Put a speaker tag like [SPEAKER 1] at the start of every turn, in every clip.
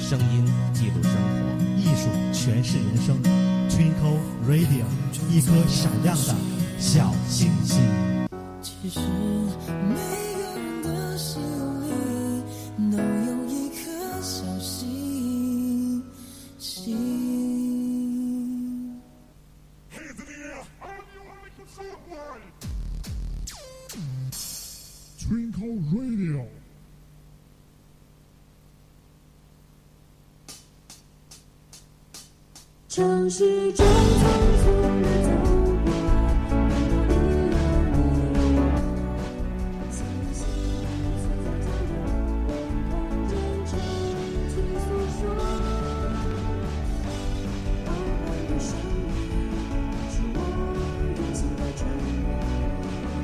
[SPEAKER 1] 声音记录生活，
[SPEAKER 2] 艺术诠释人生。Twinkle Radio，一颗闪亮的小星星。
[SPEAKER 3] 其实每个人的心里都有一颗小星星。
[SPEAKER 4] Twinkle Radio.
[SPEAKER 3] 城市正匆匆地走过，很多的人相信岁在角落，用真诚去诉说。傲慢的生命是我真心的承诺，与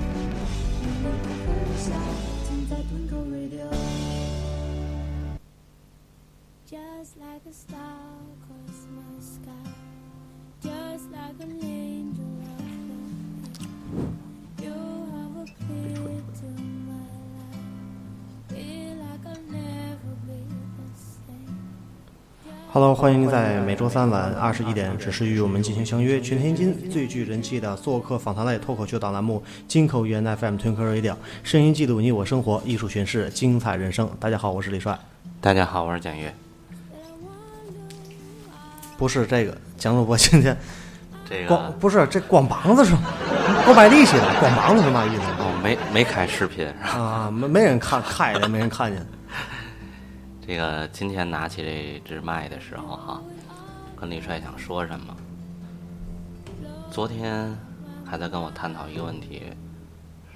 [SPEAKER 3] 你的分享尽在吞口 radio。
[SPEAKER 5] Just like a star across my sky, just like an angel of the You have appeared to my life, feel like I'll never be the same.
[SPEAKER 6] Hello，欢迎您在每周三晚二十一点准时与我们进行相约，全天津最具人气的做客访谈类脱口秀档栏目《金口语言 FM 吞 r a d i o 声音记录你我生活，艺术诠释精彩人生。大家好，我是李帅，
[SPEAKER 7] 大家好，我是蒋越。
[SPEAKER 6] 不是这个蒋主播今 天
[SPEAKER 7] 这个
[SPEAKER 6] 光不是这光膀子是吗？够卖力气的，光膀子是嘛意思
[SPEAKER 7] 哦，没没开视频，然后
[SPEAKER 6] 啊？没没人看，看也没人看见。
[SPEAKER 7] 这个今天拿起这支麦的时候哈，跟李帅想说什么？昨天还在跟我探讨一个问题，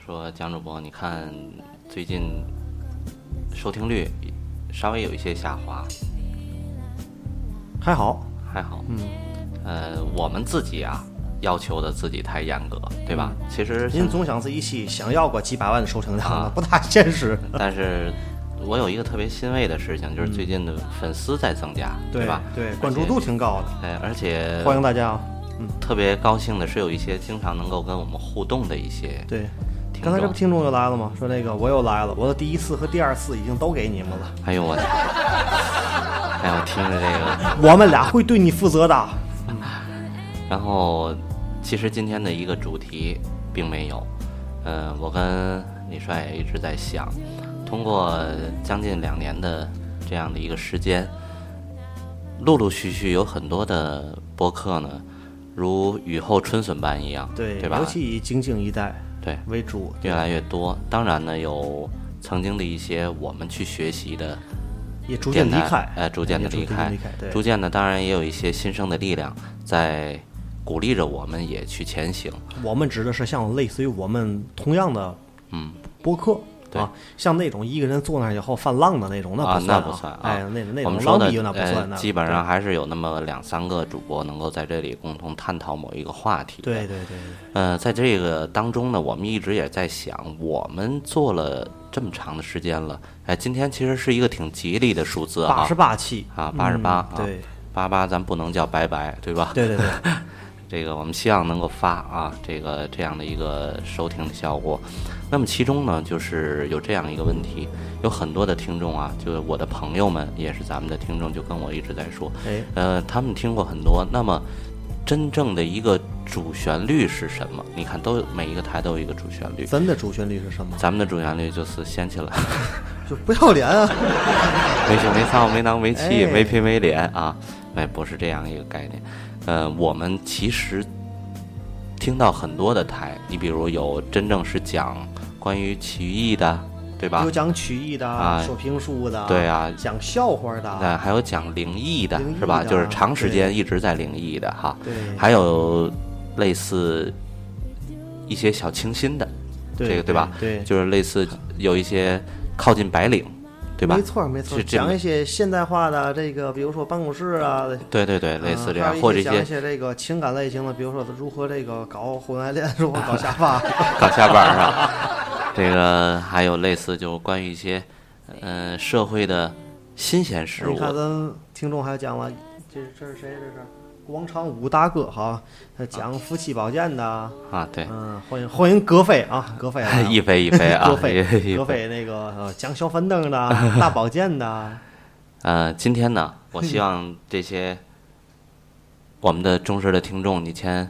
[SPEAKER 7] 说蒋主播，你看最近收听率稍微有一些下滑，
[SPEAKER 6] 还好，
[SPEAKER 7] 还好，嗯，呃，我们自己啊要求的自己太严格，对吧？其实
[SPEAKER 6] 您总想自己期想要个几百万的收听量
[SPEAKER 7] 啊，
[SPEAKER 6] 不太现实。
[SPEAKER 7] 但是我有一个特别欣慰的事情，就是最近的粉丝在增加，吧？
[SPEAKER 6] 嗯对，关注度挺高的，
[SPEAKER 7] 哎，而且
[SPEAKER 6] 欢迎大家啊。
[SPEAKER 7] 特别高兴的是，有一些经常能够跟我们互动的一些
[SPEAKER 6] 对，
[SPEAKER 7] 听
[SPEAKER 6] 刚才这不
[SPEAKER 7] 众。
[SPEAKER 6] 听众又来了吗？说那个我又来了，我的第一次和第二次已经都给你们 了，
[SPEAKER 7] 哎呦我，哎呦我听着这个，
[SPEAKER 6] 我们俩会对你负责的。
[SPEAKER 7] 然后其实今天的一个主题并没有，呃，我跟李帅也一直在想，通过将近两年的这样的一个时间，陆陆续续有很多的播客呢，如雨后春笋般一样，
[SPEAKER 6] 对，
[SPEAKER 7] 对吧
[SPEAKER 6] 尤？其以京津一带
[SPEAKER 7] 对，
[SPEAKER 6] 为主，
[SPEAKER 7] 越来越多。当然呢，有曾经的一些我们去学习的
[SPEAKER 6] 也逐渐离
[SPEAKER 7] 电台
[SPEAKER 6] 开，
[SPEAKER 7] 呃，逐渐的
[SPEAKER 6] 也
[SPEAKER 7] 离
[SPEAKER 6] 开，
[SPEAKER 7] 开
[SPEAKER 6] 离，对，
[SPEAKER 7] 逐渐的，当然也有一些新生的力量在鼓励着我们也去前行。
[SPEAKER 6] 我们指的是像类似于我们同样的
[SPEAKER 7] 嗯，
[SPEAKER 6] 播客。
[SPEAKER 7] 对
[SPEAKER 6] 啊，像那种一个人坐那儿以后犯浪的那种，
[SPEAKER 7] 啊
[SPEAKER 6] 不，
[SPEAKER 7] 那
[SPEAKER 6] 算
[SPEAKER 7] 不算啊，
[SPEAKER 6] 哎，那那
[SPEAKER 7] 我
[SPEAKER 6] 种
[SPEAKER 7] 们说
[SPEAKER 6] 浪
[SPEAKER 7] 的
[SPEAKER 6] 逼那不
[SPEAKER 7] 呃
[SPEAKER 6] 算，那
[SPEAKER 7] 基本上还是有那么两三个主播能够在这里共同探讨某一个话题。
[SPEAKER 6] 对对对对，
[SPEAKER 7] 呃，在这个当中呢，我们一直也在想，我们做了这么长的时间了，哎，今天其实是一个挺吉利的数字
[SPEAKER 6] 八
[SPEAKER 7] 啊
[SPEAKER 6] 十，八期嗯
[SPEAKER 7] 啊88啊
[SPEAKER 6] 对
[SPEAKER 7] 八八，咱不能叫拜拜，对吧？
[SPEAKER 6] 对对对，
[SPEAKER 7] 这个我们希望能够发啊，这个这样的一个收听的效果。那么其中呢，就是有这样一个问题，有很多的听众啊，就是我的朋友们，也是咱们的听众，就跟我一直在说，
[SPEAKER 6] 哎，
[SPEAKER 7] 呃，他们听过很多。那么真正的一个主旋律是什么？你看，都有每一个台都有一个主旋律。
[SPEAKER 6] 咱的主旋律是什么？
[SPEAKER 7] 咱们的主旋律就是掀起来，
[SPEAKER 6] 就不要脸啊！
[SPEAKER 7] 没羞没臊没囊没气
[SPEAKER 6] 哎
[SPEAKER 7] 没皮没脸啊，哎，不是这样一个概念。呃，我们其实听到很多的台，你比如有真正是讲关于曲艺的，对吧
[SPEAKER 6] 有？讲曲艺的，
[SPEAKER 7] 啊
[SPEAKER 6] 说评书的，
[SPEAKER 7] 对啊
[SPEAKER 6] 讲笑话
[SPEAKER 7] 那
[SPEAKER 6] 的，
[SPEAKER 7] 还有讲灵异的
[SPEAKER 6] 灵异，
[SPEAKER 7] 是吧？
[SPEAKER 6] 的
[SPEAKER 7] 就是长时间一直在灵异的哈，
[SPEAKER 6] 对
[SPEAKER 7] 还有类似一些小清新的，
[SPEAKER 6] 对
[SPEAKER 7] 这个对吧？
[SPEAKER 6] 对，
[SPEAKER 7] 就是类似有一些靠近白领，对吧
[SPEAKER 6] 没？错儿没错儿，
[SPEAKER 7] 是这
[SPEAKER 6] 讲
[SPEAKER 7] 么
[SPEAKER 6] 一些现代化的这个，比如说办公室啊，
[SPEAKER 7] 对对对，类似这样，
[SPEAKER 6] 啊
[SPEAKER 7] 或者一
[SPEAKER 6] 还有一些讲
[SPEAKER 7] 些
[SPEAKER 6] 一些这个情感类型的，比如说如何这个搞婚外恋， 如何搞下巴，
[SPEAKER 7] 刚下班儿啊。 这个还有类似就关于一些，嗯、社会的新鲜事
[SPEAKER 6] 哎你
[SPEAKER 7] 物，
[SPEAKER 6] 看 咱听众还讲了，这这是谁？这是广场舞大哥哈，他讲夫妻保健的，
[SPEAKER 7] 啊，对，
[SPEAKER 6] 嗯，欢迎欢迎葛飞啊，葛飞来了，
[SPEAKER 7] 一 飞一飞 啊
[SPEAKER 6] 葛，
[SPEAKER 7] 一飞
[SPEAKER 6] 飞
[SPEAKER 7] 一
[SPEAKER 6] 葛
[SPEAKER 7] 飞。
[SPEAKER 6] 飞那个呃讲小粉灯 的，大保健的，
[SPEAKER 7] 呃，今天呢，我希望这些我们的忠实的听众，你先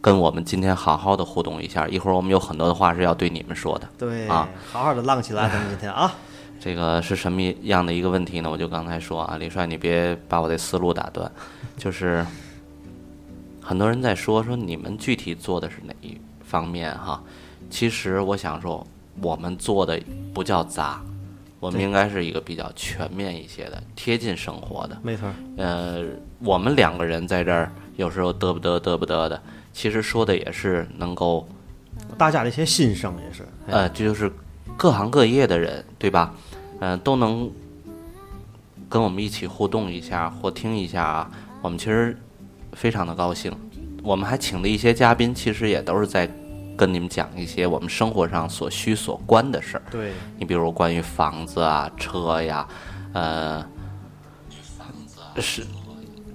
[SPEAKER 7] 跟我们今天好好的互动一下。一会儿我们有很多的话是要对你们说的。
[SPEAKER 6] 对，
[SPEAKER 7] 啊
[SPEAKER 6] 好好的浪起来，咱们今天 啊，
[SPEAKER 7] 这个是什么样的一个问题呢？我就刚才说啊，李帅，你别把我的思路打断。就是很多人在说说你们具体做的是哪一方面哈？其实我想说，我们做的不叫杂，我们
[SPEAKER 6] 对
[SPEAKER 7] 应该是一个比较全面一些的，贴近生活的。
[SPEAKER 6] 没错儿，
[SPEAKER 7] 呃，我们两个人在这儿有时候嘚不嘚嘚不嘚的，其实说的也是能够
[SPEAKER 6] 大家的一些心声也是，哎
[SPEAKER 7] 呃，这就是各行各业的人，对吧？嗯、都能跟我们一起互动一下或听一下啊，我们其实非常的高兴。我们还请的一些嘉宾，其实也都是在跟你们讲一些我们生活上所需所关的事儿。
[SPEAKER 6] 对，
[SPEAKER 7] 你比如关于房子啊、车呀，呃，是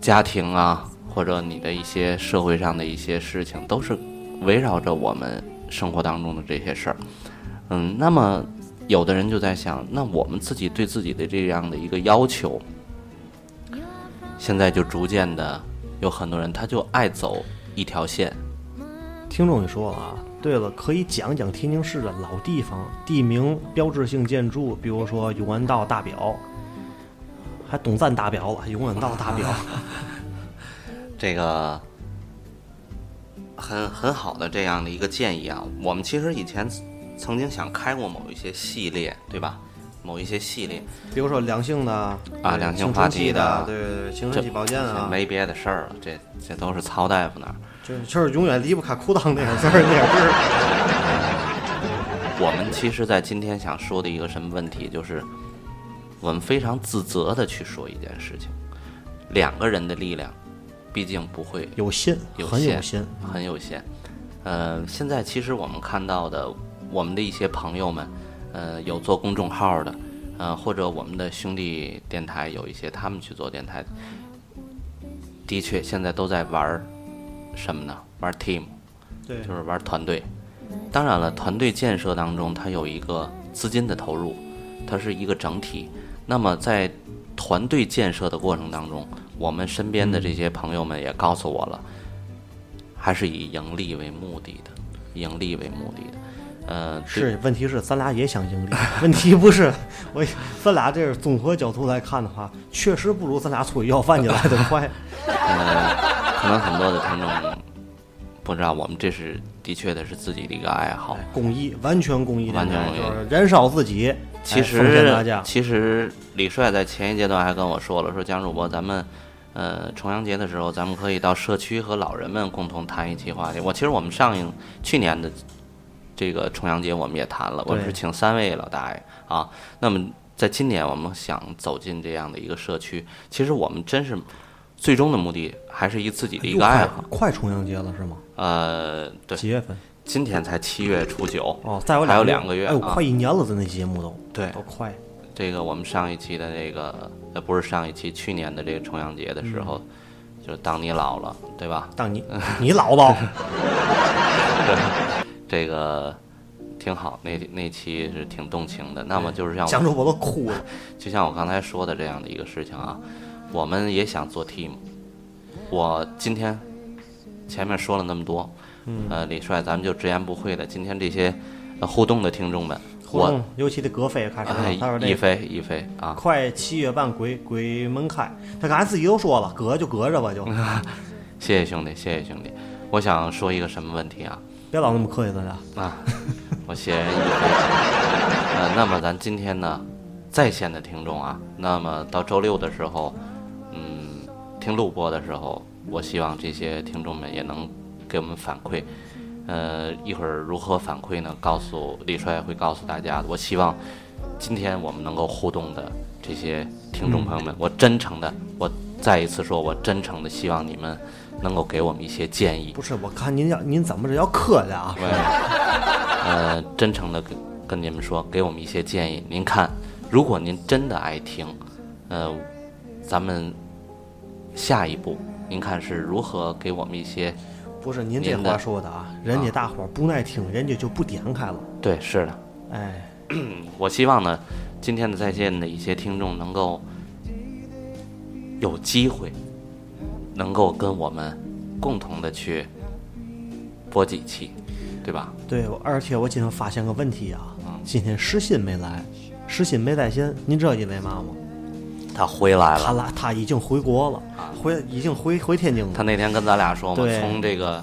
[SPEAKER 7] 家庭啊，或者你的一些社会上的一些事情，都是围绕着我们生活当中的这些事儿。嗯，那么有的人就在想，那我们自己对自己的这样的一个要求，现在就逐渐的有很多人他就爱走一条线，
[SPEAKER 6] 听众也说了啊，对了，可以讲讲天津市的老地方、地名、标志性建筑，比如说永安道大表，还东站大表了，永安道大 表，
[SPEAKER 7] 这个很很好的这样的一个建议啊。我们其实以前曾经想开过某一些系列，对吧？某一些系列，
[SPEAKER 6] 比如说良性的
[SPEAKER 7] 啊
[SPEAKER 6] 对
[SPEAKER 7] 良性
[SPEAKER 6] 青
[SPEAKER 7] 话
[SPEAKER 6] 春
[SPEAKER 7] 题
[SPEAKER 6] 期
[SPEAKER 7] 的
[SPEAKER 6] 的，对对对，青
[SPEAKER 7] 这
[SPEAKER 6] 春期保健啊，
[SPEAKER 7] 没别的事儿了，这这都是曹大夫那儿。
[SPEAKER 6] 就是就是永远离不开裤裆那个事儿，那个劲儿。
[SPEAKER 7] 我们其实，在今天想说的一个什么问题，就是我们非常自责的去说一件事情，两个人的力量，毕竟不会
[SPEAKER 6] 有心，
[SPEAKER 7] 有
[SPEAKER 6] 很有
[SPEAKER 7] 限
[SPEAKER 6] 心，
[SPEAKER 7] 很有限。呃，现在其实我们看到的，我们的一些朋友们，呃，有做公众号的，呃，或者我们的兄弟电台有一些他们去做电台的，的确现在都在玩儿什么呢？玩儿 team，
[SPEAKER 6] 对
[SPEAKER 7] 就是玩儿团队。当然了，团队建设当中，它有一个资金的投入，它是一个整体。那么在团队建设的过程当中，我们身边的这些朋友们也告诉我了，还是以盈利为目的的，盈利为目的的。呃，对
[SPEAKER 6] 是问题是咱俩也想盈利， 问题不是我，咱俩这是综合角度来看的话，确实不如咱俩出去要饭去来的 快。
[SPEAKER 7] 可能很多的听众不知道，我们这是的确的是自己的一个爱好。
[SPEAKER 6] 公益，完全公益的，
[SPEAKER 7] 哦完全公益
[SPEAKER 6] 就是燃烧自己，
[SPEAKER 7] 其
[SPEAKER 6] 哎奉献大
[SPEAKER 7] 实
[SPEAKER 6] 家，
[SPEAKER 7] 其实李帅在前一阶段还跟我说了，说江主播，咱们呃重阳节的时候，咱们可以到社区和老人们共同谈一期话题。我其实我们上一去年的这个重阳节我们也谈了，我
[SPEAKER 6] 对
[SPEAKER 7] 是请三位老大爷啊。那么在今年，我们想走进这样的一个社区，其实我们真是最终的目的还是以自己的一
[SPEAKER 6] 又
[SPEAKER 7] 个
[SPEAKER 6] 快
[SPEAKER 7] 爱好。
[SPEAKER 6] 快重阳节了是吗？
[SPEAKER 7] 呃，对，
[SPEAKER 6] 几月份？
[SPEAKER 7] 今天才七月初九
[SPEAKER 6] 哦，再有
[SPEAKER 7] 还有
[SPEAKER 6] 两
[SPEAKER 7] 两个月
[SPEAKER 6] 哎呦，
[SPEAKER 7] 啊
[SPEAKER 6] 快一年了，咱那节目都
[SPEAKER 7] 对
[SPEAKER 6] 都快。
[SPEAKER 7] 这个我们上一期的那个，呃，不是上一期，去年的这个重阳节的时候，
[SPEAKER 6] 嗯
[SPEAKER 7] 就是当你老了，对吧？
[SPEAKER 6] 当你你老 吧，
[SPEAKER 7] 这个挺好，那那期是挺动情的。那么就是像
[SPEAKER 6] 讲
[SPEAKER 7] 我，
[SPEAKER 6] 着我都哭了。
[SPEAKER 7] 就像我刚才说的这样的一个事情啊，我们也想做 team。我今天前面说了那么多，
[SPEAKER 6] 嗯
[SPEAKER 7] 呃，李帅，咱们就直言不讳的，今天这些、呃互动的听众们，
[SPEAKER 6] 活
[SPEAKER 7] 我
[SPEAKER 6] 动，尤其的葛飞也开始了，他说
[SPEAKER 7] 哎，
[SPEAKER 6] 那
[SPEAKER 7] 一
[SPEAKER 6] 个
[SPEAKER 7] 飞一飞啊，
[SPEAKER 6] 快七月半鬼鬼门开，他刚才自己都说了，隔就隔着吧， 就
[SPEAKER 7] 谢谢兄弟，谢谢兄弟。我想说一个什么问题啊？
[SPEAKER 6] 别老那么客气，咱俩
[SPEAKER 7] 啊，我谢人一杯。呃，那么咱今天呢，在线的听众啊，那么到周六的时候，嗯，听录播的时候，我希望这些听众们也能给我们反馈。呃，一会儿如何反馈呢？告诉李帅会告诉大家的。我希望今天我们能够互动的这些听众朋友们，我真诚的，我再一次说，我真诚的希望你们能够给我们一些建议
[SPEAKER 6] 不，是，我看您要您怎么着要客气啊？
[SPEAKER 7] 呃，真诚的跟跟你们说，给我们一些建议。您看，如果您真的爱听，呃，咱们下一步，您看是如何给我们一些？
[SPEAKER 6] 不是您这
[SPEAKER 7] 您的
[SPEAKER 6] 话说的啊，人家大伙儿不耐听，人家就不点开了。
[SPEAKER 7] 对，是的，
[SPEAKER 6] 哎，
[SPEAKER 7] 我希望呢，今天的在线的一些听众能够有机会，能够跟我们共同的去播几期，对吧？
[SPEAKER 6] 对，我而且我今天发现个问题啊
[SPEAKER 7] 嗯，
[SPEAKER 6] 今天诗欣没来，诗欣没在先，您知道因为嘛吗？
[SPEAKER 7] 他回来
[SPEAKER 6] 他
[SPEAKER 7] 了，啊
[SPEAKER 6] 来，他已经回国了，回已经回回天津
[SPEAKER 7] 他
[SPEAKER 6] 了。
[SPEAKER 7] 那天跟咱俩说嘛，
[SPEAKER 6] 对
[SPEAKER 7] 从这个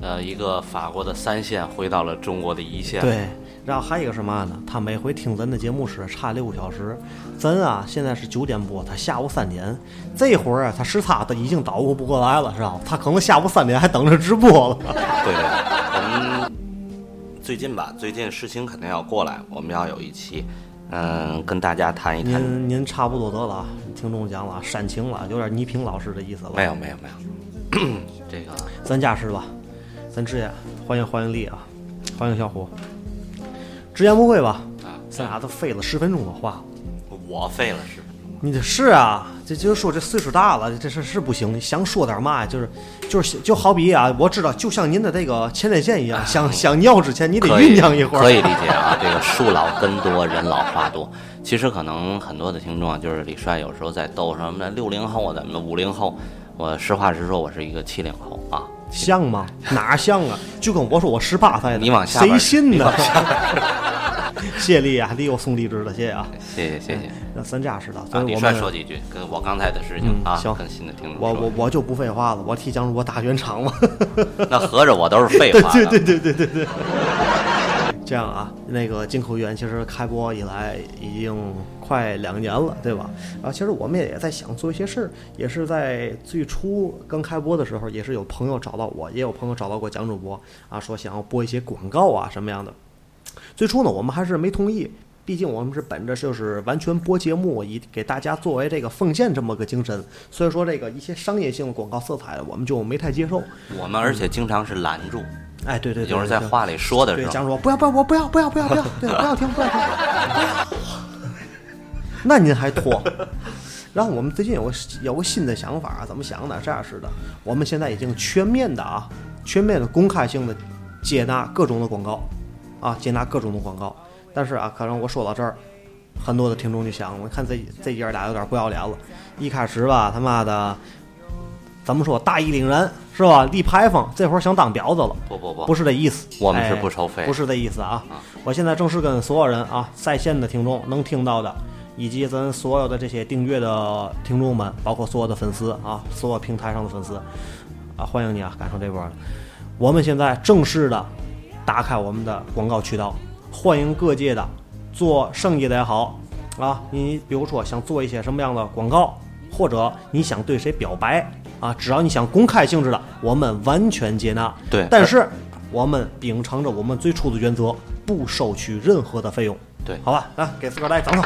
[SPEAKER 7] 呃一个法国的三线回到了中国的一线，
[SPEAKER 6] 对，然后还有一个是嘛呢？他每回听咱的节目时差六个小时，咱啊现在是九点播，他下午三点，这会儿啊他时差他已经捣鼓不过来了，知道吧？他可能下午三点还等着直播了。
[SPEAKER 7] 对对，我们最近吧，最近世青肯定要过来，我们要有一期，嗯，跟大家谈一谈。
[SPEAKER 6] 您您差不多得了，啊，听众讲了啊，煽情了，有点倪萍老师的意思了。
[SPEAKER 7] 没有没有没有， 这个
[SPEAKER 6] 咱家是吧？咱直言，欢迎欢迎丽啊，欢迎小虎，直言不讳吧？
[SPEAKER 7] 啊，
[SPEAKER 6] 咱俩都费了十分钟的话，
[SPEAKER 7] 我废了是吧？
[SPEAKER 6] 你这是啊，这就是说这岁数大了，这事是不行。想说点嘛呀，就是就是就好比啊，我知道，就像您的这个前列腺一样，想想尿之前你得
[SPEAKER 7] 啊可以
[SPEAKER 6] 酝酿一会儿。
[SPEAKER 7] 可以理解啊。 这个树老根多，人老话多。其实可能很多的听众啊，就是李帅有时候在逗什么的六零后啊，咱们五零后，我实话实说，我是一个七零后啊。
[SPEAKER 6] 像吗？哪儿像啊？就跟我说我十八岁的，
[SPEAKER 7] 你往下边
[SPEAKER 6] 谁
[SPEAKER 7] 儿
[SPEAKER 6] 信呢？谢丽啊，丽又送荔枝了，谢谢啊。
[SPEAKER 7] 谢谢谢谢。
[SPEAKER 6] 那咱家是的，所
[SPEAKER 7] 啊，
[SPEAKER 6] 以
[SPEAKER 7] 李
[SPEAKER 6] 我
[SPEAKER 7] 帅
[SPEAKER 6] 们
[SPEAKER 7] 说几句跟我刚才的事情
[SPEAKER 6] 嗯
[SPEAKER 7] 啊
[SPEAKER 6] 行，
[SPEAKER 7] 跟新的听众
[SPEAKER 6] 我
[SPEAKER 7] 说
[SPEAKER 6] 我。我就不废话了，我替讲我打圆场嘛。
[SPEAKER 7] 那合着我都是 废话。对对对，
[SPEAKER 6] 这样啊，那个进口源其实开播以来已经快两年了，对吧？然后其实我们也在想做一些事儿，也是在最初刚开播的时候，也是有朋友找到我，也有朋友找到过蒋主播啊，说想要播一些广告啊什么样的。最初呢，我们还是没同意。毕竟我们是本着就是完全播节目以给大家作为这个奉献这么个精神，所以说这个一些商业性的广告色彩我们就没太接受。
[SPEAKER 7] 我们而且经常是拦住，
[SPEAKER 6] 哎，对对对，
[SPEAKER 7] 有时
[SPEAKER 6] 对
[SPEAKER 7] 在
[SPEAKER 6] 对
[SPEAKER 7] 话里说的
[SPEAKER 6] 对，
[SPEAKER 7] 时
[SPEAKER 6] 蒋
[SPEAKER 7] 候，
[SPEAKER 6] 主播不要不要我不要不要不要不要，对，不要听不要听。 那您还拖？然后我们最近有个有个新的想法，啊怎么想的？这样似的，我们现在已经全面的啊，全面的公开性的接纳各种的广告，啊，接纳各种的广告。但是啊，可能我说到这儿，很多的听众就想，我看这这爷儿俩有点不要脸了。一开始吧，他妈的，怎么说大义凛然是吧？立牌坊，这会儿想当婊子了。
[SPEAKER 7] 不不不
[SPEAKER 6] 不，是这意思，
[SPEAKER 7] 我们是
[SPEAKER 6] 哎
[SPEAKER 7] 不收费
[SPEAKER 6] 不是这意思啊
[SPEAKER 7] 啊！
[SPEAKER 6] 我现在正式跟所有人啊，在线的听众能听到的，以及咱所有的这些订阅的听众们，包括所有的粉丝啊，所有平台上的粉丝啊，欢迎你啊，赶上这波了。我们现在正式的打开我们的广告渠道，欢迎各界的做生意的也好啊，你比如说想做一些什么样的广告，或者你想对谁表白啊，只要你想公开性质的，我们完全接纳。
[SPEAKER 7] 对
[SPEAKER 6] 但是我们秉承着我们最初的原则，不收取任何的费用。
[SPEAKER 7] 对
[SPEAKER 6] 好吧，来给自个儿来掌声。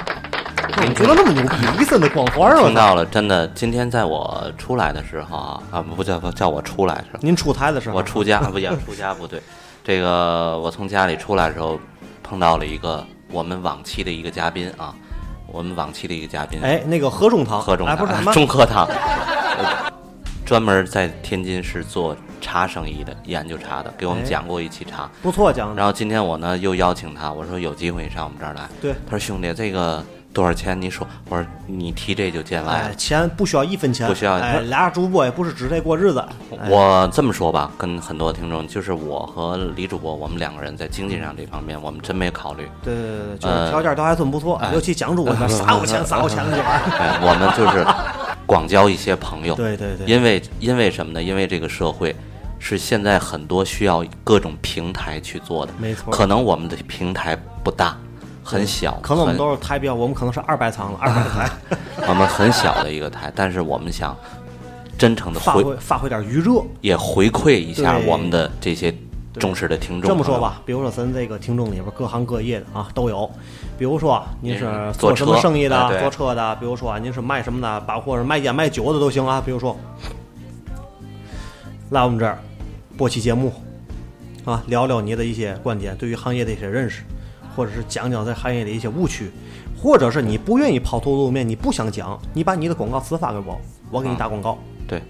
[SPEAKER 6] 我觉得那么牛逼，一身的光环啊！我
[SPEAKER 7] 听
[SPEAKER 6] 操！
[SPEAKER 7] 到了，真的。今天在我出来的时候啊，啊不叫不叫我出来是吧？
[SPEAKER 6] 您出台的时候，
[SPEAKER 7] 我出家不也出家不对，这个我从家里出来的时候，碰到了一个我们往期的一个嘉宾啊，我们往期的一个嘉宾，
[SPEAKER 6] 哎，那个何中堂，
[SPEAKER 7] 何中
[SPEAKER 6] 哎，
[SPEAKER 7] 堂，啊
[SPEAKER 6] 不 是什么
[SPEAKER 7] 中科堂，呃专门在天津是做茶生意的，研究茶的，给我们
[SPEAKER 6] 哎
[SPEAKER 7] 讲过一期茶。
[SPEAKER 6] 不错讲的，
[SPEAKER 7] 然后今天我呢又邀请他，我说有机会上我们这儿来。
[SPEAKER 6] 对
[SPEAKER 7] 他说兄弟，这个多少钱？你说，我说你提这就见外
[SPEAKER 6] 哎，
[SPEAKER 7] 了。
[SPEAKER 6] 钱不需要一分钱，
[SPEAKER 7] 不需要
[SPEAKER 6] 哎，俩主播也不是指这过日子，哎
[SPEAKER 7] 我这么说吧，跟很多听众，就是我和李主播，我们两个人在经济上这方面，我们真没考虑。
[SPEAKER 6] 对对对对，就是条件都还算不错，
[SPEAKER 7] 呃哎
[SPEAKER 6] 尤其讲主播那 撒我钱撒我钱的这玩意儿，
[SPEAKER 7] 哎，我们就是广交一些朋友。
[SPEAKER 6] 对对对
[SPEAKER 7] 因为因为什么呢？因为这个社会是现在很多需要各种平台去做的，
[SPEAKER 6] 没错
[SPEAKER 7] 可能我们的平台不大，很小，
[SPEAKER 6] 可能我们
[SPEAKER 7] 很
[SPEAKER 6] 都是台标，我们可能是二百仓了，二 百台，
[SPEAKER 7] 我们很小的一个台，但是我们想真诚的
[SPEAKER 6] 发
[SPEAKER 7] 回
[SPEAKER 6] 挥发挥点余热，
[SPEAKER 7] 也回馈一下
[SPEAKER 6] 对
[SPEAKER 7] 我们的这些
[SPEAKER 6] 对
[SPEAKER 7] 重视的听众。
[SPEAKER 6] 这么说，吧，比如说咱这个听众里边各行各业的啊都有，比如说啊您是
[SPEAKER 7] 您是
[SPEAKER 6] 做
[SPEAKER 7] 做
[SPEAKER 6] 什么
[SPEAKER 7] 车
[SPEAKER 6] 生意
[SPEAKER 7] 哎
[SPEAKER 6] 的，
[SPEAKER 7] 对
[SPEAKER 6] 做车的，比如说啊您是卖什么的，把或者卖烟卖酒的都行啊。比如说来我们这儿播期节目啊，聊聊你的一些观点，对于行业的一些认识，或者是讲讲在行业里一些误区，或者是你不愿意抛头露面，你不想讲，你把你的广告词发给我，我给你打广告。
[SPEAKER 7] 对，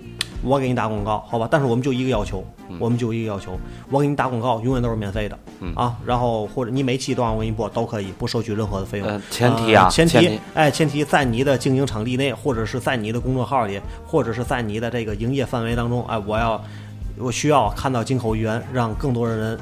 [SPEAKER 6] 我给你打广告，好吧？但是我们就一个要求，
[SPEAKER 7] 嗯
[SPEAKER 6] 我们就一个要求，我给你打广告永远都是免费的、
[SPEAKER 7] 嗯
[SPEAKER 6] 啊。然后或者你每期都让我给你播都可以，不收取任何的费用。
[SPEAKER 7] 呃前提啊
[SPEAKER 6] 呃前
[SPEAKER 7] 前提
[SPEAKER 6] 哎，前提在你的经营场地内，或者是在你的公众号里，或者是在你的这个营业范围当中，哎，我要我需要看到进口语言，让更多的人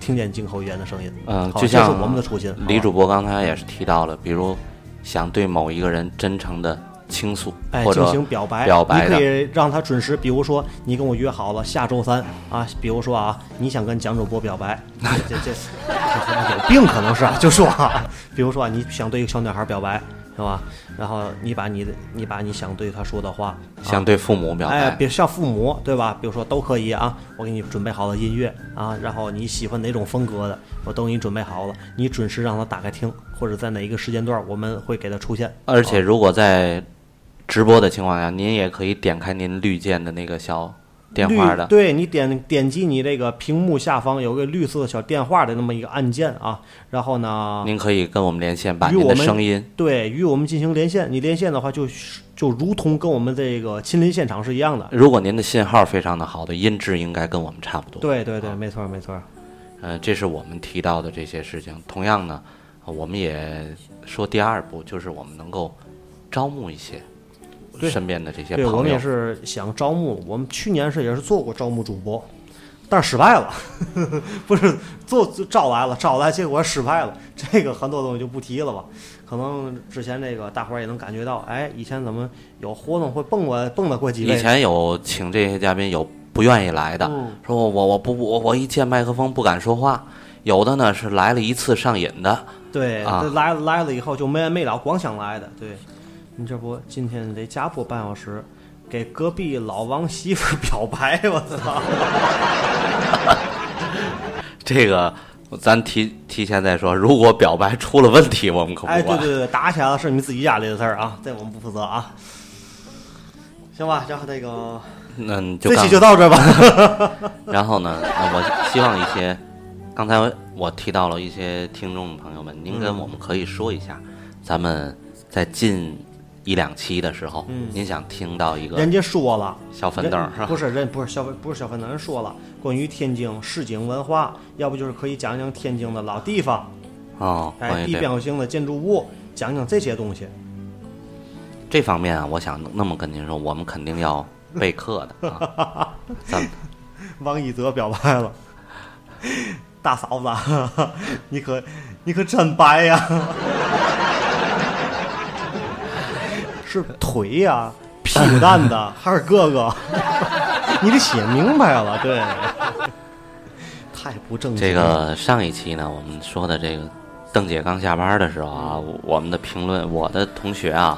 [SPEAKER 6] 听见进口语言的声音。
[SPEAKER 7] 嗯，
[SPEAKER 6] 好这
[SPEAKER 7] 就
[SPEAKER 6] 是
[SPEAKER 7] 像
[SPEAKER 6] 我们的初心。好吧
[SPEAKER 7] 李主播刚才也是提到了，比如想对某一个人真诚的倾诉，
[SPEAKER 6] 哎，
[SPEAKER 7] 或
[SPEAKER 6] 进
[SPEAKER 7] 者
[SPEAKER 6] 行表白，
[SPEAKER 7] 表白
[SPEAKER 6] 你可
[SPEAKER 7] 的，
[SPEAKER 6] 以让他准时，比如说你跟我约好了下周三啊，比如说啊，你想跟蒋主播表 白，这这这有病可能是啊，就说啊，比如说啊，你想对一个小女孩表白，是吧？然后你把你的你把你想对她说的话，啊
[SPEAKER 7] 想对父母表
[SPEAKER 6] 哎，
[SPEAKER 7] 白，
[SPEAKER 6] 比如像父母对吧？比如说都可以啊，我给你准备好了音乐啊，然后你喜欢哪种风格的，我都给你准备好了，你准时让他打开听，或者在哪一个时间段我们会给他出现。
[SPEAKER 7] 而且如果在直播的情况下，您也可以点开您绿键的那个小电话
[SPEAKER 6] 绿
[SPEAKER 7] 的，
[SPEAKER 6] 对你点点击你这个屏幕下方有个绿色小电话的那么一个按键啊，然后呢，
[SPEAKER 7] 您可以跟我们连线，把
[SPEAKER 6] 与
[SPEAKER 7] 您
[SPEAKER 6] 我
[SPEAKER 7] 的
[SPEAKER 6] 们
[SPEAKER 7] 声音
[SPEAKER 6] 对与我们进行连线，你连线的话就是就如同跟我们这个亲临现场是一样的。
[SPEAKER 7] 如果您的信号非常的好的，音质应该跟我们差不多。，
[SPEAKER 6] 对对对，没错没错。
[SPEAKER 7] 呃，这是我们提到的这些事情。同样呢，呃我们也说第二步，就是我们能够招募一些
[SPEAKER 6] 对
[SPEAKER 7] 身边的这些朋
[SPEAKER 6] 对
[SPEAKER 7] 友。
[SPEAKER 6] 我们也是想招募，我们去年是也是做过招募主播，但是失败了， 不是做招来了，招来结果失败了，这个很多东西就不提了吧。可能之前这个大伙儿也能感觉到，哎，以前咱们有活动会蹦过蹦跶过几位
[SPEAKER 7] 以前有请这些嘉宾，有不愿意来的，
[SPEAKER 6] 嗯
[SPEAKER 7] 说我我我不我我一见麦克风不敢说话。有的呢是来了一次上瘾的，
[SPEAKER 6] 对，
[SPEAKER 7] 啊
[SPEAKER 6] 这来来了以后就没完没了，光想来的。对，你这不今天得加播半小时，给隔壁老王媳妇儿表白，我 操！
[SPEAKER 7] 这个咱提提前再说。如果表白出了问题，我们可不管。
[SPEAKER 6] 哎，对对对，打起来了是你们自己家里的事儿啊，这我们不负责啊。行吧，然后那个
[SPEAKER 7] 那你就
[SPEAKER 6] 这
[SPEAKER 7] 干
[SPEAKER 6] 期就到这儿吧。
[SPEAKER 7] 然后呢，呃我希望一些，刚才我提到了一些听众朋友们，您
[SPEAKER 6] 嗯
[SPEAKER 7] 跟我们可以说一下，咱们在近一两期的时候，您想听到一个
[SPEAKER 6] 嗯人家说了，
[SPEAKER 7] 小粉灯儿
[SPEAKER 6] 人
[SPEAKER 7] 是吧？
[SPEAKER 6] 不是人不是小粉不是小粉灯，人说了关于天津市井文化，要不就是可以讲讲天津的老地方，
[SPEAKER 7] 哦，关
[SPEAKER 6] 哎，
[SPEAKER 7] 于
[SPEAKER 6] 地
[SPEAKER 7] 这
[SPEAKER 6] 标性的建筑物，讲讲这些东西。
[SPEAKER 7] 这方面啊，我想那么跟您说，我们肯定要备课的啊。 咱们
[SPEAKER 6] 嗯王一泽表白了，大嫂子，你可你可真白呀，是腿呀、屁股蛋子还是哥哥？ 你得写明白了，对，太不正经。
[SPEAKER 7] 这个上一期呢，我们说的这个邓姐刚下班的时候啊，我我们的评论，我的同学啊，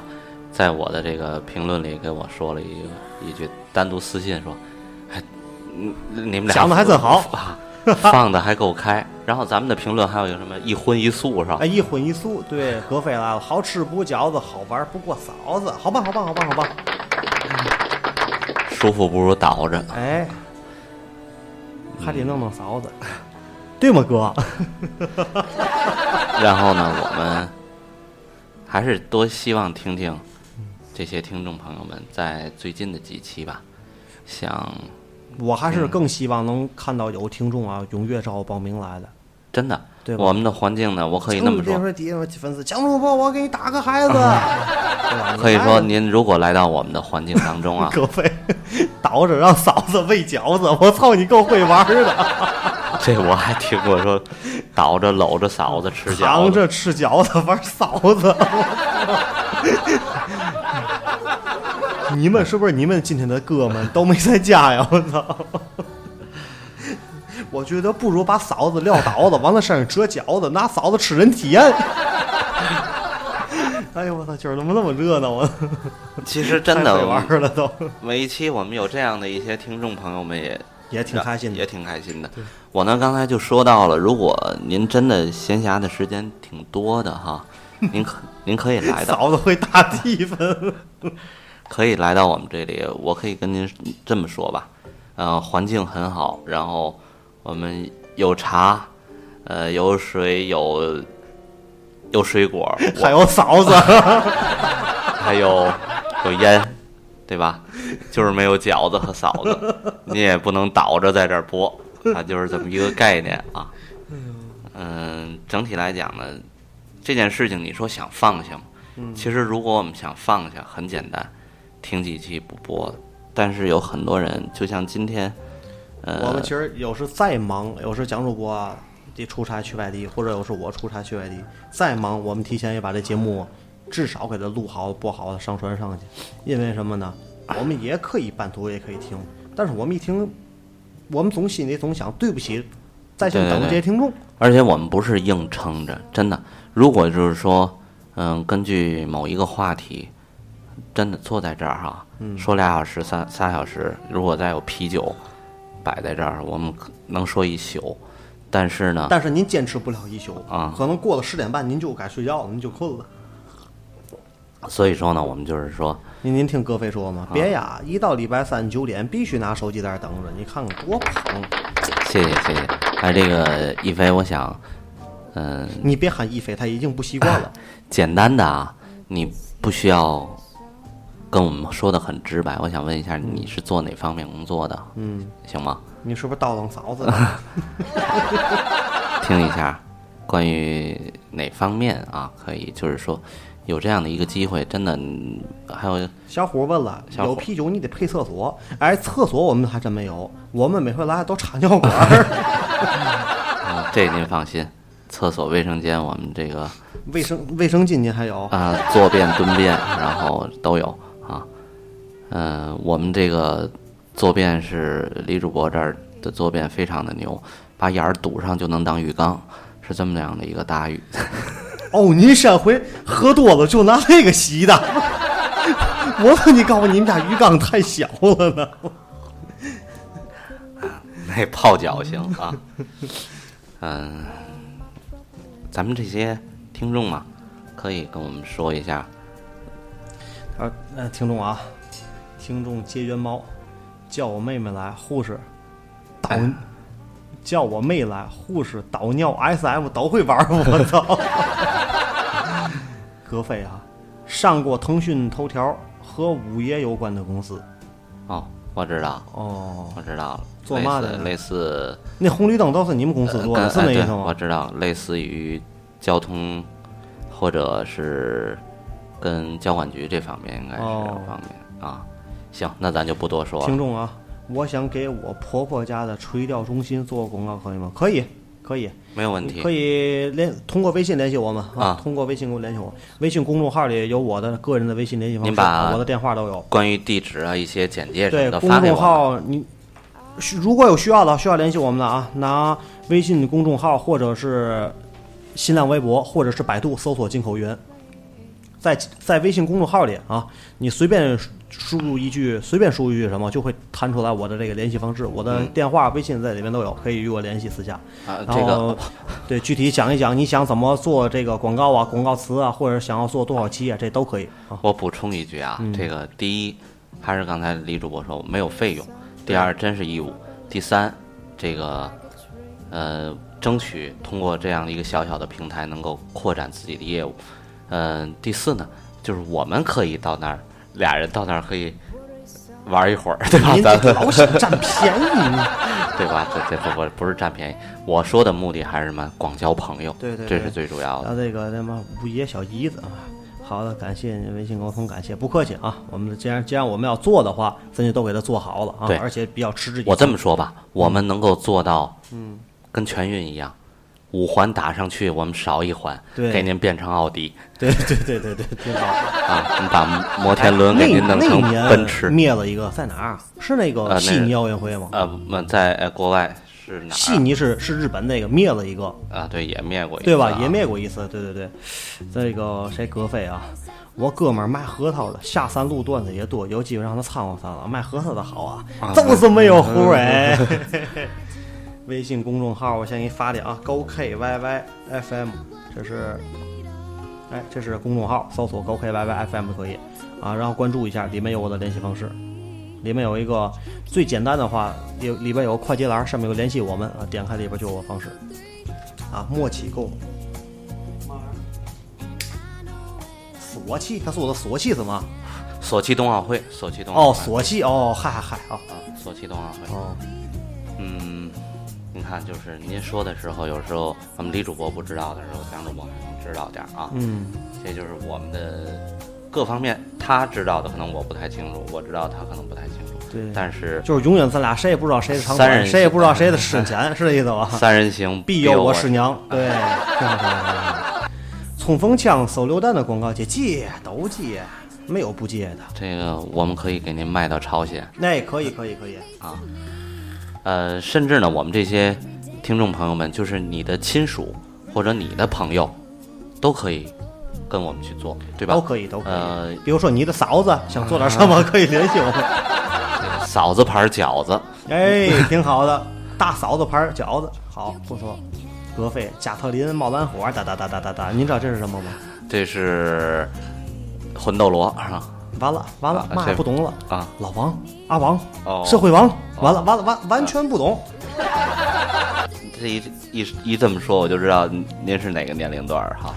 [SPEAKER 7] 在我的这个评论里给我说了一个一句单独私信说，哎，嗯你们俩
[SPEAKER 6] 讲得还真好
[SPEAKER 7] 啊，放的还够开。然后咱们的评论还有一个什么一荤一素是吧
[SPEAKER 6] 哎，？一荤一素，对，葛飞来了，好吃不饺子，好玩不过嫂子，好棒，好棒，好棒，好棒。
[SPEAKER 7] 舒服不如倒着。
[SPEAKER 6] 哎，还得弄弄嫂子，对吗，哥？
[SPEAKER 7] 然后呢，我们还是多希望听听这些听众朋友们在最近的几期吧，想
[SPEAKER 6] 我还
[SPEAKER 7] 嗯
[SPEAKER 6] 是更希望能看到有听众啊踊跃找我报名来的。
[SPEAKER 7] 真的，
[SPEAKER 6] 对吧
[SPEAKER 7] 我们的环境呢，我可以那么
[SPEAKER 6] 别
[SPEAKER 7] 说，
[SPEAKER 6] 说底下有粉丝，蒋主播，我给你打个孩子，对 吧
[SPEAKER 7] 可以说
[SPEAKER 6] 你
[SPEAKER 7] 您如果来到我们的环境当中
[SPEAKER 6] 来
[SPEAKER 7] 啊
[SPEAKER 6] 了，葛飞倒着让嫂子喂饺子，我操，你够会玩的，
[SPEAKER 7] 这我还听过说，倒着搂着嫂子吃饺
[SPEAKER 6] 扛
[SPEAKER 7] 子，
[SPEAKER 6] 着吃饺子玩嫂子。 你们是不是你们今天的哥们都没在家呀？我操！我觉得不如把嫂子撂倒了，往她身上折饺子，拿嫂子吃人体验。 哎呦我操，今儿怎么那么热闹啊？
[SPEAKER 7] 其实真
[SPEAKER 6] 太会玩
[SPEAKER 7] 的，
[SPEAKER 6] 儿了都。
[SPEAKER 7] 每一期我们有这样的一些听众朋友们也
[SPEAKER 6] 也挺开心的
[SPEAKER 7] 也。挺开心的。我呢，刚才就说到了，如果您真的闲暇的时间挺多 的哈，您可您可以来到，
[SPEAKER 6] 嫂子会打 地分，
[SPEAKER 7] 可以来到我们这里，我可以跟您这么说吧，呃，环境很好，然后我们有茶，呃，有水，有有水 果，
[SPEAKER 6] 还有嫂子，
[SPEAKER 7] 还有有烟，对吧？就是没有饺子和嫂子，你也不能倒着在这儿播啊，就是这么一个概念啊。
[SPEAKER 6] 哎
[SPEAKER 7] 嗯，整体来讲呢，这件事情你说想放下吗？
[SPEAKER 6] 嗯
[SPEAKER 7] 其实如果我们想放下，很简单，听几期不播。但是有很多人，就像今天，呃，
[SPEAKER 6] 我们其实有时再忙，有时蒋主播啊得出差去外地，或者有时我出差去外地，再忙，我们提前也把这节目至少给它录好、播好了，上传上去。因为什么呢？我们也可以半途也可以听，但是我们一听，我们总心里总想对不起在线等的这些听众，
[SPEAKER 7] 而且我们不是硬撑着，真的。如果就是说，嗯，根据某一个话题，真的坐在这儿哈，说俩小时、三仨小时，如果再有啤酒摆在这儿，我们可能说一宿。但是呢，
[SPEAKER 6] 但是您坚持不了一宿
[SPEAKER 7] 啊
[SPEAKER 6] 可能过了十点半您就该睡觉了，您就困了。
[SPEAKER 7] 所以说呢，我们就是说，
[SPEAKER 6] 您您听葛飞说
[SPEAKER 7] 啊
[SPEAKER 6] 吗？别呀，一到礼拜三九点必须拿手机在那儿等着，你看看多捧！
[SPEAKER 7] 嗯谢谢谢谢。哎，这个一飞，我想，嗯、
[SPEAKER 6] 你别喊一飞，他已经不习惯 了。
[SPEAKER 7] 简单的啊，你不需要跟我们说的很直白。我想问一下，你是做哪方面工作的？嗯，行吗？
[SPEAKER 6] 你是不是倒腾嫂子了？
[SPEAKER 7] 听一下关于哪方面啊，可以就是说有这样的一个机会，真的嗯还有
[SPEAKER 6] 小虎问了，
[SPEAKER 7] 小虎
[SPEAKER 6] 有啤酒你得配厕所。哎，厕所我们还真没有，我们每回来都插尿管儿，
[SPEAKER 7] 啊，这您放心，厕所、卫生间我们这个
[SPEAKER 6] 卫生卫生巾您还有，
[SPEAKER 7] 啊坐便、蹲便，然后都有啊。嗯、我们这个坐便是李主播这儿的坐便非常的牛，把眼儿堵上就能当浴缸，是这么样的一个大浴。
[SPEAKER 6] 哦，您上回喝多了就拿这个洗的。 我说你告诉你们家鱼缸太小了呢。
[SPEAKER 7] 那泡脚行啊。嗯，咱们这些听众嘛，可以跟我们说一下，
[SPEAKER 6] 啊，呃，听众啊，听众接冤猫，叫我妹妹来，护士倒，
[SPEAKER 7] 哎
[SPEAKER 6] 叫我妹来，护士倒尿，SM 都会玩儿，我操！葛飞啊，上过腾讯头条和午夜有关的公司
[SPEAKER 7] 哦，我知道，
[SPEAKER 6] 哦，
[SPEAKER 7] 我知道了，
[SPEAKER 6] 做
[SPEAKER 7] 类
[SPEAKER 6] 嘛
[SPEAKER 7] 似
[SPEAKER 6] 的呢
[SPEAKER 7] 类似
[SPEAKER 6] 那红绿灯都是你们公司
[SPEAKER 7] 呃
[SPEAKER 6] 做的，
[SPEAKER 7] 跟
[SPEAKER 6] 是那
[SPEAKER 7] 哎
[SPEAKER 6] 意
[SPEAKER 7] 对
[SPEAKER 6] 思
[SPEAKER 7] 我
[SPEAKER 6] 吗？
[SPEAKER 7] 知道，类似于交通或者是跟交管局这方面应该是
[SPEAKER 6] 哦
[SPEAKER 7] 有方面啊。行，那咱就不多说
[SPEAKER 6] 听
[SPEAKER 7] 了。
[SPEAKER 6] 众啊，我想给我婆婆家的垂钓中心做个广告，可以吗？可以，可以。
[SPEAKER 7] 没有问
[SPEAKER 6] 可
[SPEAKER 7] 题。
[SPEAKER 6] 以联通过微信联系我们
[SPEAKER 7] 啊
[SPEAKER 6] 通过微信给我联系我，微信公众号里有我的个人的微信联系方
[SPEAKER 7] 您
[SPEAKER 6] 式，
[SPEAKER 7] 把
[SPEAKER 6] 我的电话都有。
[SPEAKER 7] 关于地址啊，一些简介什
[SPEAKER 6] 对
[SPEAKER 7] 么，的
[SPEAKER 6] 公
[SPEAKER 7] 发给
[SPEAKER 6] 众
[SPEAKER 7] 我们。啊
[SPEAKER 6] 号你需如果有需要的，需要联系我们的啊，拿微信公众号或者是新浪微博或者是百度搜索“进口源”，在在微信公众号里啊，你随便输入一句，随便输入一句什么，就会弹出来我的这个联系方式，我
[SPEAKER 7] 嗯
[SPEAKER 6] 的电话、微信在里面都有，可以与我联系私下。
[SPEAKER 7] 啊，
[SPEAKER 6] 然
[SPEAKER 7] 这个
[SPEAKER 6] 后，对，具体讲一讲你想怎么做这个广告啊、广告词啊，或者想要做多少期啊，这都 可以啊。
[SPEAKER 7] 我补充一句啊，
[SPEAKER 6] 嗯
[SPEAKER 7] 这个第一还是刚才李主播说没有费用，第二真是义务，第三这个呃争取通过这样的一个小小的平台能够扩展自己的业务，嗯、第四呢就是我们可以到那儿，俩人到那儿可以玩一 会儿，对吧？
[SPEAKER 6] 您
[SPEAKER 7] 咱
[SPEAKER 6] 这
[SPEAKER 7] 们
[SPEAKER 6] 老想占便宜，
[SPEAKER 7] 对吧？这这不不不是占便宜，我说的目的还是什么？广交朋友，
[SPEAKER 6] 对对
[SPEAKER 7] 这是
[SPEAKER 6] 对
[SPEAKER 7] 最主要
[SPEAKER 6] 然
[SPEAKER 7] 的。
[SPEAKER 6] 后这个他妈五爷小姨子啊。好的，感谢微信沟通，感谢不客气啊。我们既然既然我们要做的话，咱就都给它做好了啊
[SPEAKER 7] 对，
[SPEAKER 6] 而且比较持之以
[SPEAKER 7] 我这
[SPEAKER 6] 恒。
[SPEAKER 7] 么说吧，我们能够做到，嗯，跟全运一样，五环打上去，我们少一环，
[SPEAKER 6] 对
[SPEAKER 7] 给您变成奥迪
[SPEAKER 6] 对对对对对，挺好。
[SPEAKER 7] 啊，你把摩天轮
[SPEAKER 6] 那
[SPEAKER 7] 给您弄成
[SPEAKER 6] 那年
[SPEAKER 7] 奔驰。
[SPEAKER 6] 灭了一个，在哪儿？是那
[SPEAKER 7] 呃那
[SPEAKER 6] 个
[SPEAKER 7] 个
[SPEAKER 6] 悉尼奥运会吗？
[SPEAKER 7] 呃，我们在呃国外是哪儿啊？
[SPEAKER 6] 悉尼是是日本那个灭了一个，
[SPEAKER 7] 啊，对，也灭过一次
[SPEAKER 6] 对
[SPEAKER 7] 啊，
[SPEAKER 6] 吧？也灭过一次，对对对。这个谁葛飞啊？我哥们儿卖核桃的，下三路段子也多，有机会让他参观参观。卖核桃的好啊，就是没有胡哎。 微信公众号我先给你发的啊，高 K Y Y F M，这是，哎，这是公众号，搜索高 K Y Y F M 就可以啊，然后关注一下，里面有我的联系方式。里面有一个最简单的话，有里边有个快捷栏，上面有联系我们啊，点开里边就有我方式。啊，默契够。索契，他说我的索契什么？
[SPEAKER 7] 索契冬奥会，索契冬奥
[SPEAKER 6] 哦，
[SPEAKER 7] 会
[SPEAKER 6] 索契哦，嗨嗨嗨啊！
[SPEAKER 7] 啊，索契冬奥会，
[SPEAKER 6] 哦，
[SPEAKER 7] 嗯，您看，就是您说的时候，有时候我们李主播不知道的时候，蒋主播还能知道点儿啊。
[SPEAKER 6] 嗯，
[SPEAKER 7] 这就是我们的各方面，他知道的可能我不太清楚，我知道他可能不太清楚。
[SPEAKER 6] 对
[SPEAKER 7] 但是
[SPEAKER 6] 就是永远咱俩谁也不知道谁是长
[SPEAKER 7] 三
[SPEAKER 6] 短，
[SPEAKER 7] 人
[SPEAKER 6] 谁也不知道谁的师钱，是这意思吧？
[SPEAKER 7] 三人行
[SPEAKER 6] 必
[SPEAKER 7] 有
[SPEAKER 6] 有
[SPEAKER 7] 我
[SPEAKER 6] 我师 娘，对。冲锋枪、手榴弹的广告接接都接，没有不接的。
[SPEAKER 7] 这个我们可以给您卖到朝鲜
[SPEAKER 6] 那可以，可以，可以。
[SPEAKER 7] 啊。呃，甚至呢，我们这些听众朋友们，就是你的亲属或者你的朋友，都可以跟我们去做，对吧？
[SPEAKER 6] 都可以，都可以。
[SPEAKER 7] 呃
[SPEAKER 6] 比如说你的嫂子想做点什么，可以联系我们。
[SPEAKER 7] 嫂子牌饺子，
[SPEAKER 6] 哎，挺好的，大嫂子牌儿饺子，好不错。格菲、加特林、冒蓝火，哒哒哒哒哒哒，您知道这是什么吗？
[SPEAKER 7] 这是魂斗罗啊
[SPEAKER 6] 完了完了
[SPEAKER 7] 啊，
[SPEAKER 6] 嘛也
[SPEAKER 7] 这
[SPEAKER 6] 不懂了。
[SPEAKER 7] 啊！
[SPEAKER 6] 老王、阿王、
[SPEAKER 7] 哦
[SPEAKER 6] 社会王，完了完了完完全不懂。
[SPEAKER 7] 这一一一这么说，我就知道您是哪个年龄段儿哈。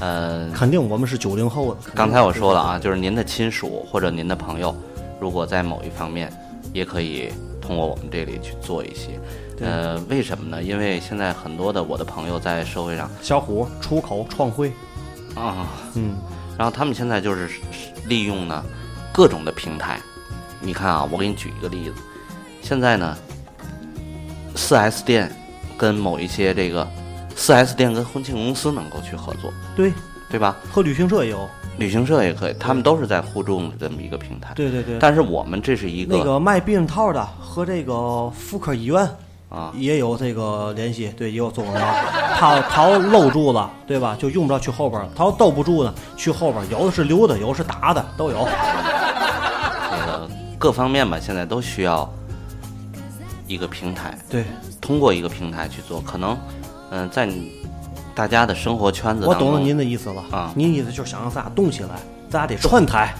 [SPEAKER 7] 呃，
[SPEAKER 6] 肯定我们是九零后的。肯定
[SPEAKER 7] 嗯刚才我说了啊，就是您的亲属或者您的朋友，如果在某一方面，也可以通过我们这里去做一些。呃，为什么呢？因为现在很多的我的朋友在社会上
[SPEAKER 6] 小虎出口创汇，
[SPEAKER 7] 啊，
[SPEAKER 6] 嗯，
[SPEAKER 7] 然后他们现在就是是利用呢各种的平台。你看啊，我给你举一个例子，现在呢，4 S 店跟某一些这个4 S 店跟婚庆公司能够去合作，
[SPEAKER 6] 对，
[SPEAKER 7] 对吧？
[SPEAKER 6] 和旅行社也有。
[SPEAKER 7] 旅行社也可以，他们都是在互动的这么一个平台。
[SPEAKER 6] 对对对。
[SPEAKER 7] 但是我们这是一个、
[SPEAKER 6] 那个卖避孕套的和这个妇科医院
[SPEAKER 7] 啊
[SPEAKER 6] 也有这个联系，对，也有做广告。他他要搂住了，对吧？就用不着去后边儿。他要兜不住呢，去后边儿。有的是溜的，有的是打的，都有。
[SPEAKER 7] 这个各方面吧，现在都需要一个平台，
[SPEAKER 6] 对，
[SPEAKER 7] 通过一个平台去做。可能，嗯、在你大家的生活圈子
[SPEAKER 6] 我
[SPEAKER 7] 当中，
[SPEAKER 6] 懂了您的意思了
[SPEAKER 7] 啊
[SPEAKER 6] 您意思就是想让咱俩动起来，咱俩得串台。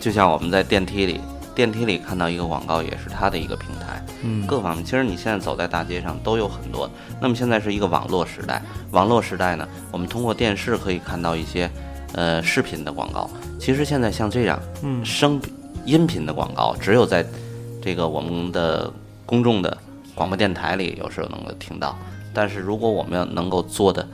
[SPEAKER 7] 就像我们在电梯里，电梯里看到一个广告，也是它的一个平台。嗯，各方面，其实你现在走在大街上都有很多。那么现在是一个网络时代，网络时代呢，我们通过电视可以看到一些，呃，视频的广告。其实现在像这样，嗯，声音频的广告，只有在这个我们的公众的广播电台里，有时候能够听到。但是如果我们要能够做的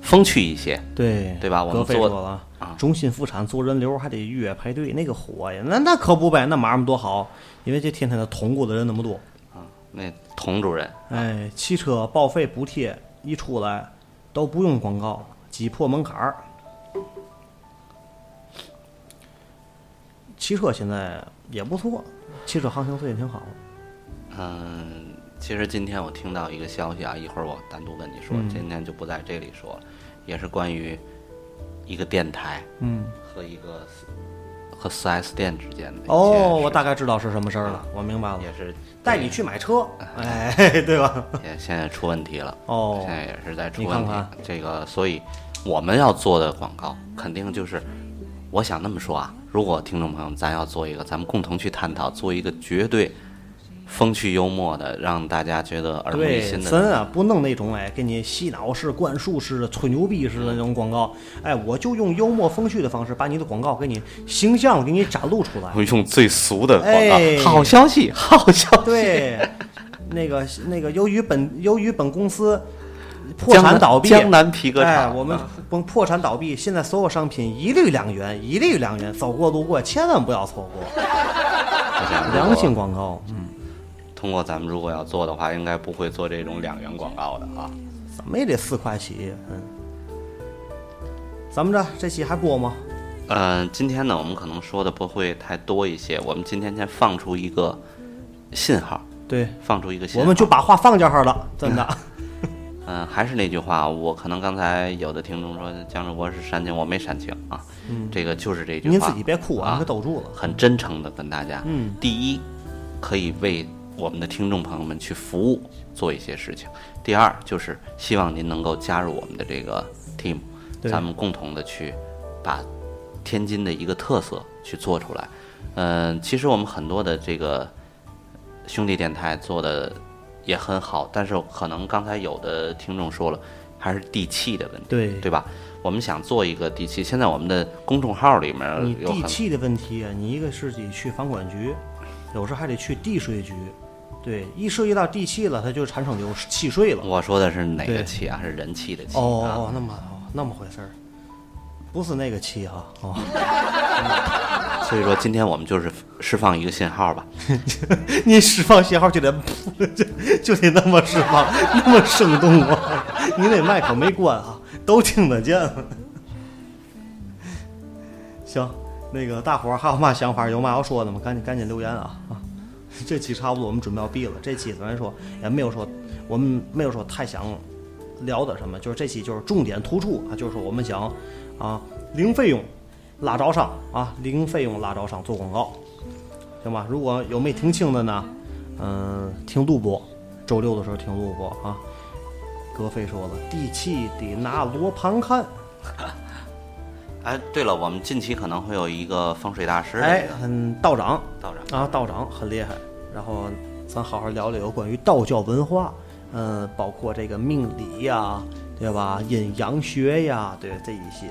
[SPEAKER 7] 风趣一些，
[SPEAKER 6] 对
[SPEAKER 7] 对吧我们
[SPEAKER 6] 格非
[SPEAKER 7] 做
[SPEAKER 6] 说了
[SPEAKER 7] 啊
[SPEAKER 6] 中心妇产做人流还得预约排队，那个火呀，那那可不呗，那买卖多好，因为这天天的捅咕的人那么多。
[SPEAKER 7] 那童主任
[SPEAKER 6] 哎，汽车报废补贴一出来，都不用广告，挤破门槛儿。汽车现在也不错，汽车行情最近挺好。
[SPEAKER 7] 嗯，其实今天我听到一个消息啊，一会儿我单独跟你说，
[SPEAKER 6] 嗯
[SPEAKER 7] 今天就不在这里说了，也是关于一个电台
[SPEAKER 6] 嗯，
[SPEAKER 7] 和一个四和四 S 店之间的一些
[SPEAKER 6] 哦，
[SPEAKER 7] 事
[SPEAKER 6] 我大概知道是什么事儿了，我明白了，
[SPEAKER 7] 也是
[SPEAKER 6] 带你去买车，哎， 对吧？
[SPEAKER 7] 也现在出问题了，
[SPEAKER 6] 哦
[SPEAKER 7] 现在也是在出
[SPEAKER 6] 你
[SPEAKER 7] 问
[SPEAKER 6] 看
[SPEAKER 7] 题。
[SPEAKER 6] 看
[SPEAKER 7] 这个，所以我们要做的广告肯定就是，我想那么说啊，如果听众朋友们咱要做一个，咱们共同去探讨，做一个绝对风趣幽默的，让大家觉得耳目一
[SPEAKER 6] 对，
[SPEAKER 7] 新的
[SPEAKER 6] 咱啊不弄那种哎给你洗脑式、灌输式的、吹牛逼式的那种广告，哎，我就用幽默风趣的方式把你的广告给你形象给你展露出来。
[SPEAKER 7] 我用最俗的广告。
[SPEAKER 6] 哎
[SPEAKER 7] 好消息，好消息！
[SPEAKER 6] 对，那个那个，由于本由于本公司破
[SPEAKER 7] 江南
[SPEAKER 6] 产倒闭，
[SPEAKER 7] 江南皮革厂
[SPEAKER 6] 哎，我们
[SPEAKER 7] 啊
[SPEAKER 6] 崩破产倒闭，现在所有商品一律两元，一律两元，走过路过千万不要错过，
[SPEAKER 7] 我想
[SPEAKER 6] 良性广告，
[SPEAKER 7] 通过咱们如果要做的话，应该不会做这种两元广告的啊。
[SPEAKER 6] 怎么也得四块起，嗯。咱们这这期还播吗？
[SPEAKER 7] 呃嗯、今天呢，我们可能说的不会太多一些，我们今天先放出一个信号，
[SPEAKER 6] 对，
[SPEAKER 7] 放出一个信号。
[SPEAKER 6] 我们就把话放这儿 了，真
[SPEAKER 7] 哎
[SPEAKER 6] 的。
[SPEAKER 7] 嗯，还是那句话，我可能刚才有的听众说江志国是煽情，我没煽情啊，
[SPEAKER 6] 嗯，
[SPEAKER 7] 这个就是这句话。
[SPEAKER 6] 您自己别哭啊，
[SPEAKER 7] 啊
[SPEAKER 6] 你可抖住了。
[SPEAKER 7] 很真诚的跟大家，
[SPEAKER 6] 嗯，
[SPEAKER 7] 第一，可以为我们的听众朋友们去服务，做一些事情；第二，就是希望您能够加入我们的这个 team，
[SPEAKER 6] 对
[SPEAKER 7] 咱们共同的去把天津的一个特色去做出来。嗯、其实我们很多的这个兄弟电台做的也很好，但是可能刚才有的听众说了，还是地气的问题，
[SPEAKER 6] 对，
[SPEAKER 7] 对吧？我们想做一个地气，现在我们的公众号里面
[SPEAKER 6] 你
[SPEAKER 7] 呃有很
[SPEAKER 6] 地气的问题啊，你一个是得去房管局，有时候还得去地税局。对，一涉及到地气了，它就产生流气税了。
[SPEAKER 7] 我说的是哪个
[SPEAKER 6] 对
[SPEAKER 7] 气啊？是人气的气
[SPEAKER 6] 哦
[SPEAKER 7] 啊。
[SPEAKER 6] 哦，那么哦那么回事儿，不是那个气哈、哦，
[SPEAKER 7] 啊所以说今天我们就是释放一个信号吧。
[SPEAKER 6] 你释放信号就得 就就得那么释放，那么生动啊！你那麦可没关啊，都听得见。行，那个大伙儿还有嘛想法，有嘛要说的吗？赶紧赶紧留言啊啊！这期差不多我们准备要闭了，这期咱说也没有说我们没有说太想聊的什么，就是这期就是重点突出啊，就是我们想啊零费用拉招商啊，零费用拉招商做广告。行吧？如果有没听清的呢，嗯、听录播，周六的时候听录播啊。葛飞说了，地气得拿罗盘看，
[SPEAKER 7] 哎，对了，我们近期可能会有一个风水大师的
[SPEAKER 6] 哎
[SPEAKER 7] 一个，
[SPEAKER 6] 嗯，道长
[SPEAKER 7] 道长，
[SPEAKER 6] 啊，道长很厉害。然后咱好好聊聊有关于道教文化，嗯、包括这个命理呀、对吧？阴阳学呀，对这一些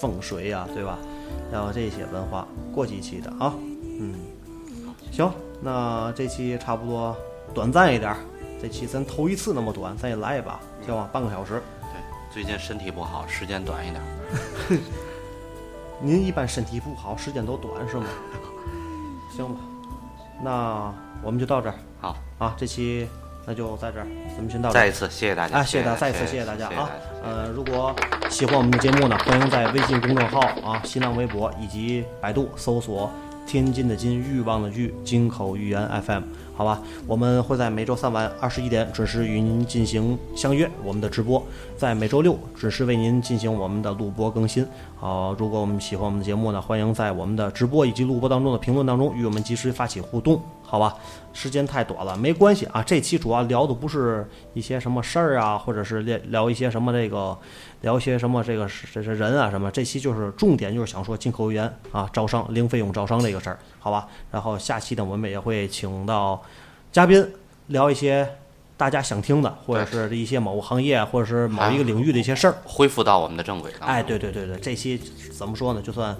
[SPEAKER 6] 风水呀，对吧？然后这些文化，过几期的啊，嗯，行，那这期差不多短暂一点儿，这期咱头一次那么短，咱也来一把，行吧？半个小时。
[SPEAKER 7] 对，最近身体不好，时间短一点。
[SPEAKER 6] 您一般身体不好，时间都短是吗？行吧，那我们就到这儿
[SPEAKER 7] 好，
[SPEAKER 6] 啊，这期那就在这儿，咱们先到这儿
[SPEAKER 7] 再一。次谢谢大家，
[SPEAKER 6] 啊，谢谢大家，再一次谢
[SPEAKER 7] 谢
[SPEAKER 6] 谢大家
[SPEAKER 7] 谢
[SPEAKER 6] 啊！呃，如果喜欢我们的节目呢，欢迎在微信公众号啊、新浪微博以及百度搜索“天津的津，欲望的欲，金口玉言 FM”，好吧？我们会在每周三晚二十一点准时与您进行相约我们的直播，在每周六准时为您进行我们的录播更新。好、如果我们喜欢我们的节目呢，欢迎在我们的直播以及录播当中的评论当中与我们及时发起互动，好吧？时间太短了，没关系啊。这期主要聊的不是一些什么事儿啊，或者是聊聊一些什么这个，聊一些什么这个这这人啊什么。这期就是重点就是想说进口源啊，招商零费用招商这个事儿，好吧？然后下期呢，我们也会请到嘉宾聊一些大家想听的，或者是一些某个行业或者是某一个领域的一些事儿。
[SPEAKER 7] 恢复到我们的正轨当中。
[SPEAKER 6] 哎，对对对对，这期怎么说呢？就算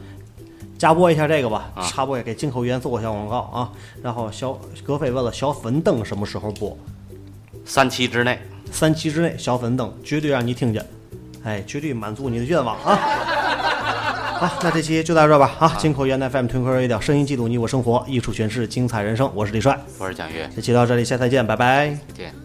[SPEAKER 6] 加播一下这个吧，
[SPEAKER 7] 啊
[SPEAKER 6] 插播也给进口源做个小广告啊。然后小葛飞问了小粉灯什么时候播，
[SPEAKER 7] 三期之内，
[SPEAKER 6] 三期之内小粉灯绝对让你听见，哎，绝对满足你的愿望啊！ 好，那这期就到这儿吧啊！进口源 FM 推科一点，声音记录你我生活，艺术诠释精彩人生，我是李帅，
[SPEAKER 7] 我是蒋越，
[SPEAKER 6] 这期到这里，下次再见，拜拜。
[SPEAKER 7] 再见。